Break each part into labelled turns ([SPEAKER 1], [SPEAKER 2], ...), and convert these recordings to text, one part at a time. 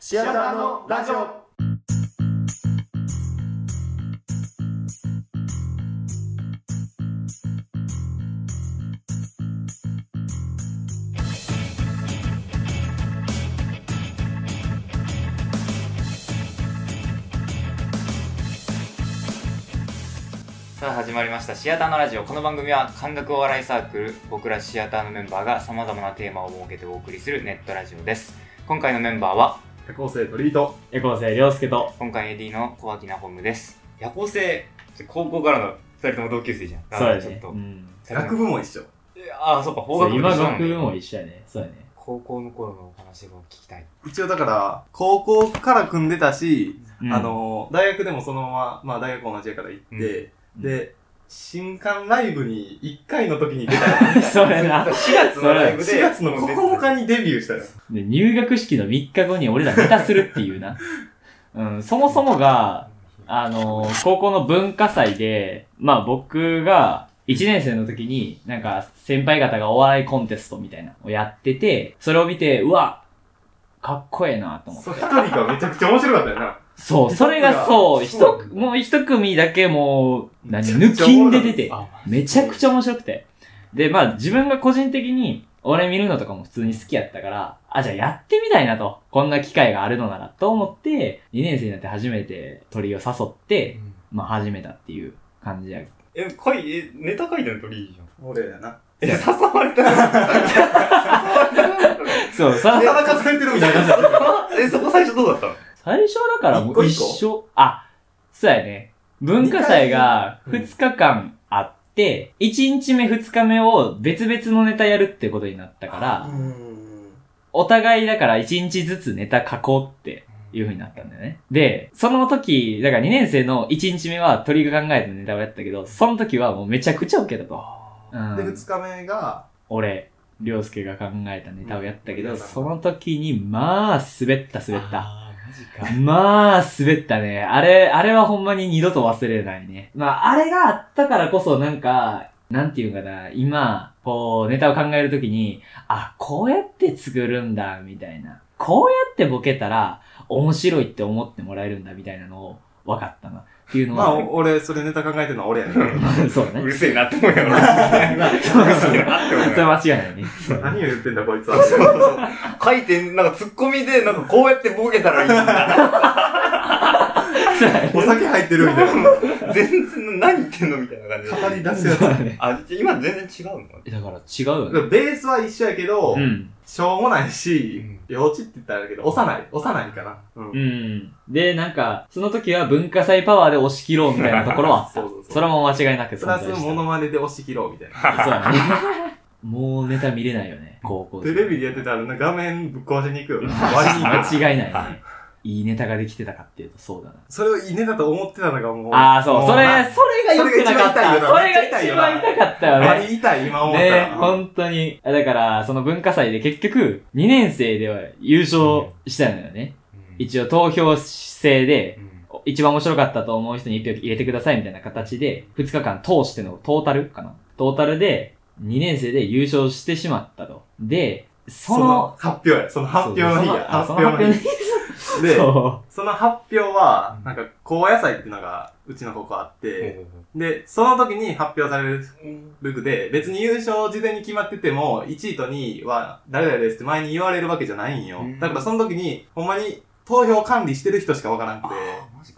[SPEAKER 1] シアターのラジオ
[SPEAKER 2] さあ始まりましたシアターのラジオこの番組は感覚お笑いサークル僕らシアターのメンバーがさまざまなテーマを設けてお送りするネットラジオです今回のメンバーは
[SPEAKER 1] 夜行性トリート
[SPEAKER 3] エコー生涼介と。
[SPEAKER 2] 今回 AD の小脇なホームです夜行性高校からの2人とも同級生じゃん
[SPEAKER 3] そうや
[SPEAKER 2] ちょっ
[SPEAKER 3] ね。
[SPEAKER 2] と、
[SPEAKER 3] うん。
[SPEAKER 1] 学部も一緒
[SPEAKER 2] ああそうか法
[SPEAKER 3] そ
[SPEAKER 2] 学
[SPEAKER 3] う
[SPEAKER 2] 部
[SPEAKER 3] 今
[SPEAKER 2] 一緒な
[SPEAKER 3] 学
[SPEAKER 2] んだ
[SPEAKER 3] 部も一緒やね。そうやね。
[SPEAKER 2] 高校の頃のお話を聞きたい
[SPEAKER 1] 一応だから高校から組んでたし、
[SPEAKER 3] うん
[SPEAKER 1] あ、の大学でもそのまま、まあ、大学同じやから行って、
[SPEAKER 3] うん
[SPEAKER 1] で新刊ライブに1回の時に出た
[SPEAKER 3] それな。
[SPEAKER 2] 4月
[SPEAKER 3] のライ
[SPEAKER 1] 4月の9日にデビューしたよ
[SPEAKER 3] で、入学式の3日後に俺らネタするっていうな。 うん、そもそもが、あのー高校の文化祭で、まあ僕が1年生の時に、なんか先輩方がお笑いコンテストみたいなのをやってて、それを見て、うわ、かっこええなと思って。
[SPEAKER 1] そう一人がめちゃくちゃ面白かったよな
[SPEAKER 3] そう、それがそう、
[SPEAKER 1] 一つ
[SPEAKER 3] 一
[SPEAKER 1] が、
[SPEAKER 3] もう一組だけもう、何、
[SPEAKER 1] めちゃ
[SPEAKER 3] 抜
[SPEAKER 1] くちゃ
[SPEAKER 3] きんで出て
[SPEAKER 2] あ、
[SPEAKER 3] めちゃくちゃ面白くて。で、まあ自分が個人的に、俺見るのとかも普通に好きやったから、あ、じゃあやってみたいなと。こんな機会があるのならと思って、2年生になって初めて鳥を誘って、まあ始めたっていう感じや。
[SPEAKER 2] え、書い、え、ネタ書いてるといいじゃん。
[SPEAKER 1] 俺やな
[SPEAKER 2] え、誘われた 誘われた
[SPEAKER 3] そう、さ
[SPEAKER 1] え、田中されてるみたいな
[SPEAKER 2] え、そこ最初どうだったの
[SPEAKER 3] 最初だからも
[SPEAKER 1] 一個
[SPEAKER 3] う
[SPEAKER 1] 一
[SPEAKER 3] 一
[SPEAKER 1] 個
[SPEAKER 3] 緒、あ、そうやね。文化祭が2日間あって、1日目2日目を別々のネタやるってことになったから、
[SPEAKER 1] うん
[SPEAKER 3] お互いだから1日ずつネタ書こうっていう風になったんだよね。で、その時、だから2年生の1日目は鳥が考えたネタをやったけど、その時はもうめちゃくちゃ受けたと。うん
[SPEAKER 1] で2日目が
[SPEAKER 3] 俺、りょうすけが考えたネタをやったけ
[SPEAKER 1] う
[SPEAKER 3] ど、
[SPEAKER 1] ん
[SPEAKER 3] その時に、まあ、滑った滑った。
[SPEAKER 2] あー、マジか。
[SPEAKER 3] まあ、滑ったね。あれ、あれはほんまに二度と忘れないね。まあ、あれがあったからこそ、なんか、なんていうんかな、今、こう、ネタを考えるときに、あ、こうやって作るんだ、みたいな。こうやってボケたら、面白いって思ってもらえるんだ、みたいなのを、分かったな。っていうの
[SPEAKER 1] まあ
[SPEAKER 3] は、
[SPEAKER 1] お俺それネタ考えてるのは俺やね
[SPEAKER 3] そう
[SPEAKER 2] う
[SPEAKER 3] ね。
[SPEAKER 2] るせえなって思うよ。なうるせえなって思
[SPEAKER 3] そうれ
[SPEAKER 2] よ。
[SPEAKER 3] は間違いないね。
[SPEAKER 1] 何を言ってんだこいつは
[SPEAKER 2] そうそう そう書いて、なんかツッコミで、なんかこうやってボケたらいいんだ。
[SPEAKER 3] そうだね
[SPEAKER 1] お酒入ってるみたいな
[SPEAKER 2] 全然、何言ってんのみたいな感じだった
[SPEAKER 1] 語り出すやつだか
[SPEAKER 2] あ、じゃあ今全然違うの
[SPEAKER 3] だから、違うよね。
[SPEAKER 1] らベースは一緒やけど、
[SPEAKER 3] うん。
[SPEAKER 1] しょうもないうし
[SPEAKER 2] ん、
[SPEAKER 1] 幼稚って言ったらあれだけど、幼い、幼いかな。うん
[SPEAKER 3] うん。で、なんか、その時は文化祭パワーで押し切ろうみたいなところはあっ
[SPEAKER 1] そ
[SPEAKER 3] た。
[SPEAKER 1] う
[SPEAKER 3] そ
[SPEAKER 1] そうそう
[SPEAKER 3] れも間違いなく
[SPEAKER 1] プ
[SPEAKER 3] 存
[SPEAKER 1] ラ
[SPEAKER 3] 在
[SPEAKER 1] ス
[SPEAKER 3] した。
[SPEAKER 1] モノマネで押し切ろうみたいな。
[SPEAKER 3] そうだね。もうネタ見れないよね、高校
[SPEAKER 1] テ
[SPEAKER 3] 生
[SPEAKER 1] レビでやってたらな画面ぶっ壊しに行くよな。割りに 行く。
[SPEAKER 3] 間違いないね。いいネタができてたかっていうと、そうだな。
[SPEAKER 1] それをいいねだと思ってたのがもう。
[SPEAKER 3] ああ、そう、
[SPEAKER 1] も
[SPEAKER 3] それ、
[SPEAKER 1] な
[SPEAKER 3] それが良くなかった。
[SPEAKER 1] そ
[SPEAKER 3] そ
[SPEAKER 1] れ
[SPEAKER 3] れ
[SPEAKER 1] が
[SPEAKER 3] が
[SPEAKER 1] 一番痛い
[SPEAKER 3] 一
[SPEAKER 1] よな
[SPEAKER 3] 番痛かったよね。
[SPEAKER 1] 割り痛い、今思った
[SPEAKER 3] ね
[SPEAKER 1] ら。うん
[SPEAKER 3] 本当に。だから、その文化祭で結局、2年生では優勝したのよね。一応投票制で、一番面白かったと思う人に1票入れてくださいみたいな形で、2日間通してのトータルかなトータルで、2年生で優勝してしまったと。で、そ
[SPEAKER 1] その
[SPEAKER 3] の、
[SPEAKER 1] 発表や。その発表の日や。
[SPEAKER 3] あ
[SPEAKER 1] 発
[SPEAKER 3] そ
[SPEAKER 1] 表
[SPEAKER 3] の発
[SPEAKER 1] の
[SPEAKER 3] 表
[SPEAKER 1] 日。
[SPEAKER 3] で、
[SPEAKER 1] で、
[SPEAKER 3] そ
[SPEAKER 1] その発表は
[SPEAKER 2] う、ん
[SPEAKER 1] なんか、高野菜っていうのが、うちの高校あって、で、その時に発表されるルクで、別に優勝事前に決まってても、1位と2位は誰々ですって前に言われるわけじゃないんよ。
[SPEAKER 2] うん
[SPEAKER 1] だからその時に、ほんまに投票管理してる人しかわからんくて、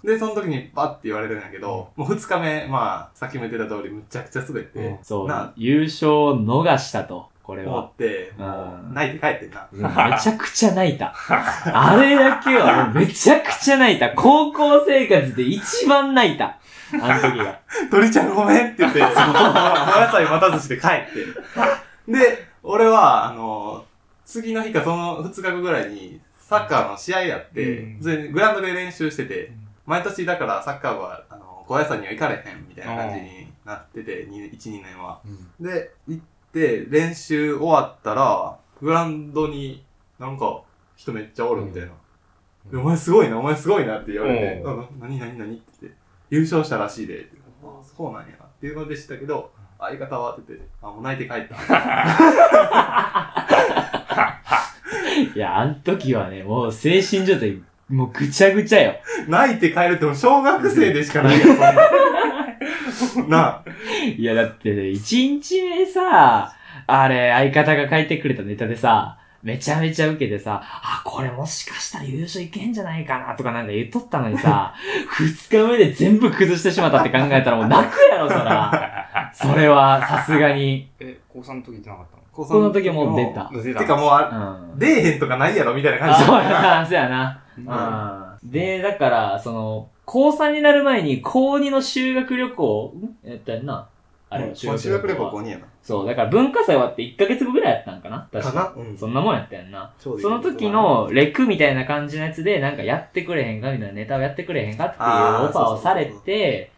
[SPEAKER 1] で、その時にバッて言われるんやけど、もう2日目、まあ、さっきも言ってた通り、むちゃくちゃ滑っ
[SPEAKER 2] うん
[SPEAKER 1] て、
[SPEAKER 3] う、そ
[SPEAKER 1] な
[SPEAKER 3] う、優勝を逃したと、これ
[SPEAKER 1] 思
[SPEAKER 3] は。
[SPEAKER 1] って、
[SPEAKER 3] うん
[SPEAKER 1] もう、泣いて帰ってんな。
[SPEAKER 3] めちゃくちゃ泣いた。あれだけはもうめちゃくちゃ泣いた。高校生活で一番泣いた。あの時が。
[SPEAKER 1] 鳥ちゃんごめんって言って、 その、野菜待たずして帰って。で、俺は、あの、次の日かその2日後ぐらいに、サッカーの試合やって、
[SPEAKER 2] うん
[SPEAKER 1] それでグラウンドで練習してて、
[SPEAKER 2] うん
[SPEAKER 1] 毎年だからサッカー部は、あの、小屋さんには行かれへんみたいな感じになってて、に1、2年は。で、行って、練習終わったら、グラウンドになんか、人めっちゃおるみたいな。
[SPEAKER 2] うん
[SPEAKER 1] でお前すごいな、お前すごいなって言われて、
[SPEAKER 2] う
[SPEAKER 1] あ何何何って言って、優勝したらしいで、ってあそうなんや、っていうのでしたけど、相方はって言って、あ、もう泣いて帰った。
[SPEAKER 3] いや、あん時はね、もう精神状態、もうぐちゃぐちゃよ。
[SPEAKER 1] 泣いて帰るってもう小学生でしかないよ、そんな。なあ。
[SPEAKER 3] いや、だってね、一日目さ、あれ、相方が書いてくれたネタでさ、めちゃめちゃ受けてさ、あ、これもしかしたら優勝いけんじゃないかなとかなんか言っとったの にさ、二日目で全部崩してしまったって考えたらもう泣くやろ、そ ら。それは、さすがに。
[SPEAKER 2] え、高3の時ってなかったの
[SPEAKER 1] 高
[SPEAKER 3] この時はもう出。た。
[SPEAKER 2] 出
[SPEAKER 1] てかもう
[SPEAKER 3] う
[SPEAKER 1] あ、
[SPEAKER 3] ん。
[SPEAKER 1] 出えへんとかないやろ、みたいな感じ
[SPEAKER 3] あ、
[SPEAKER 1] だ
[SPEAKER 3] そうやな、そうや
[SPEAKER 2] うん
[SPEAKER 3] な。うん。で、だから、その、高3になる前に、高2の修学旅行、んやったよな。あれ、
[SPEAKER 1] もう修学旅行5
[SPEAKER 3] は
[SPEAKER 1] 人やな。
[SPEAKER 3] そう、だから文化祭終わって1ヶ月後ぐらいやったんかな確
[SPEAKER 1] か
[SPEAKER 3] か。
[SPEAKER 1] なうん。
[SPEAKER 3] そんなもんやったよな。
[SPEAKER 1] そ
[SPEAKER 3] その時、のレクみたいな感じのやつで、なんかやってくれへんかみたいなネタをやってくれへんかっていう
[SPEAKER 1] あー
[SPEAKER 3] オファーをされて、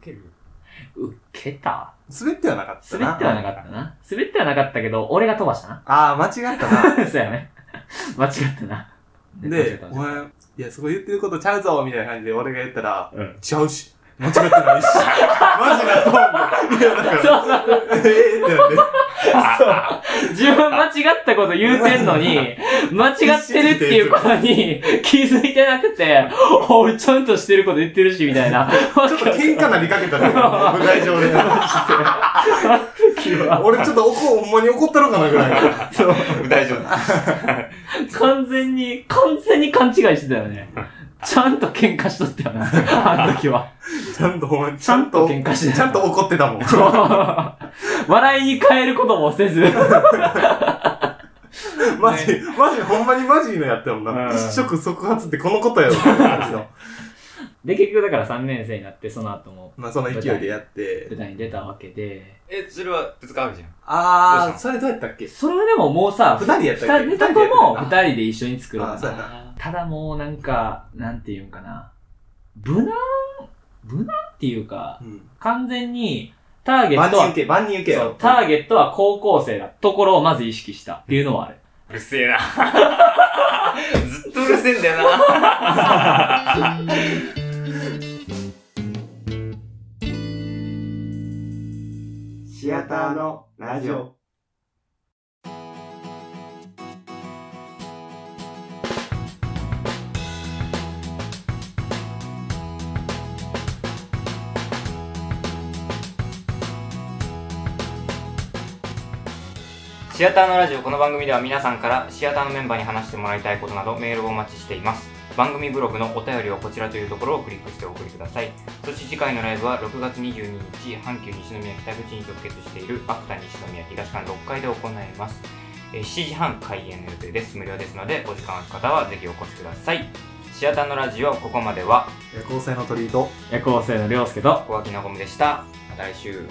[SPEAKER 2] 受ける
[SPEAKER 3] 受けた。
[SPEAKER 1] 滑ってはなかったな。
[SPEAKER 3] 滑ってはなかったな。滑ってはなかったけど、俺が飛ばしたな。
[SPEAKER 1] ああ、間違ったな。
[SPEAKER 3] そうやね。間違ったな。間違っ
[SPEAKER 1] で
[SPEAKER 3] た、
[SPEAKER 1] お前、いや、そこ言ってることちゃうぞみたいな感じで俺が言ったら、
[SPEAKER 3] うん
[SPEAKER 1] ちゃうし、間違ってないし、マジなトーンで。いや、だから、
[SPEAKER 3] そうそうそ
[SPEAKER 1] え
[SPEAKER 3] う。
[SPEAKER 1] ーってなって、
[SPEAKER 3] そう。自分間違ったこと言うてんのに、 間違ってるっていうことに気づいてなくて、おい、ちゃんとしてること言ってるし、みたいな。
[SPEAKER 1] ちょっと 喧嘩なりかけたね、舞台上で。
[SPEAKER 3] 時は
[SPEAKER 1] 俺ちょっと怒、ほんまに怒ったのかなぐらいの。
[SPEAKER 3] そう。
[SPEAKER 2] 大丈 夫。
[SPEAKER 3] 完全に、完全に勘違いしてたよ ね。ちゃんと喧嘩しとったよね。あの時は。
[SPEAKER 1] ちゃんと、ほんまに
[SPEAKER 3] ちゃんと喧嘩してた
[SPEAKER 1] ちゃんと怒ってた もん。
[SPEAKER 3] 笑いに変えること もせず。
[SPEAKER 1] マジ、マジ、ほんまにマジのやったもん
[SPEAKER 3] うん
[SPEAKER 1] な。一触即発ってこのことやろって感じの。
[SPEAKER 3] で、結局だから3年生になって、その後も
[SPEAKER 1] まあ、その勢いでやっ
[SPEAKER 3] 舞
[SPEAKER 1] て。
[SPEAKER 3] 台に出たわけで。
[SPEAKER 2] え、それはぶつかるじゃん。
[SPEAKER 1] あー、それどうやったっけ
[SPEAKER 3] それはでももうさ、
[SPEAKER 1] 二人やったっけ
[SPEAKER 3] 二人とも二人で一緒に作ろう
[SPEAKER 1] あそう
[SPEAKER 3] か
[SPEAKER 1] やな。
[SPEAKER 3] な。ただもうなんか、なんていうんかな。無難、無難っていうか、
[SPEAKER 1] うん。
[SPEAKER 3] 完全にターゲッ
[SPEAKER 1] 万
[SPEAKER 3] ト
[SPEAKER 1] 人受
[SPEAKER 3] は、
[SPEAKER 1] け、万人受けや
[SPEAKER 3] そ
[SPEAKER 1] ろ
[SPEAKER 3] う。ターゲットは高校生だところをまず意識したっていうのはある。
[SPEAKER 2] うるせえな。ずっとうるせえんだよな。
[SPEAKER 1] シアターのラジオ。
[SPEAKER 2] シアターのラジオ、この番組では皆さんからシアターのメンバーに話してもらいたいことなどメールをお待ちしています。番組ブログのお便りはこちらというところをクリックしてお送りください。そして次回のライブは6月22日、阪急西宮北口に直結しているアクタ西宮東館6階で行います。えー7時半開演の予定です。無料ですので、お時間ある方はぜひお越しください。シアターのラジオ、ここまでは
[SPEAKER 1] 夜行性の鳥居と、
[SPEAKER 3] 夜行性の涼介と、
[SPEAKER 2] 小脇なごみでした。また来週。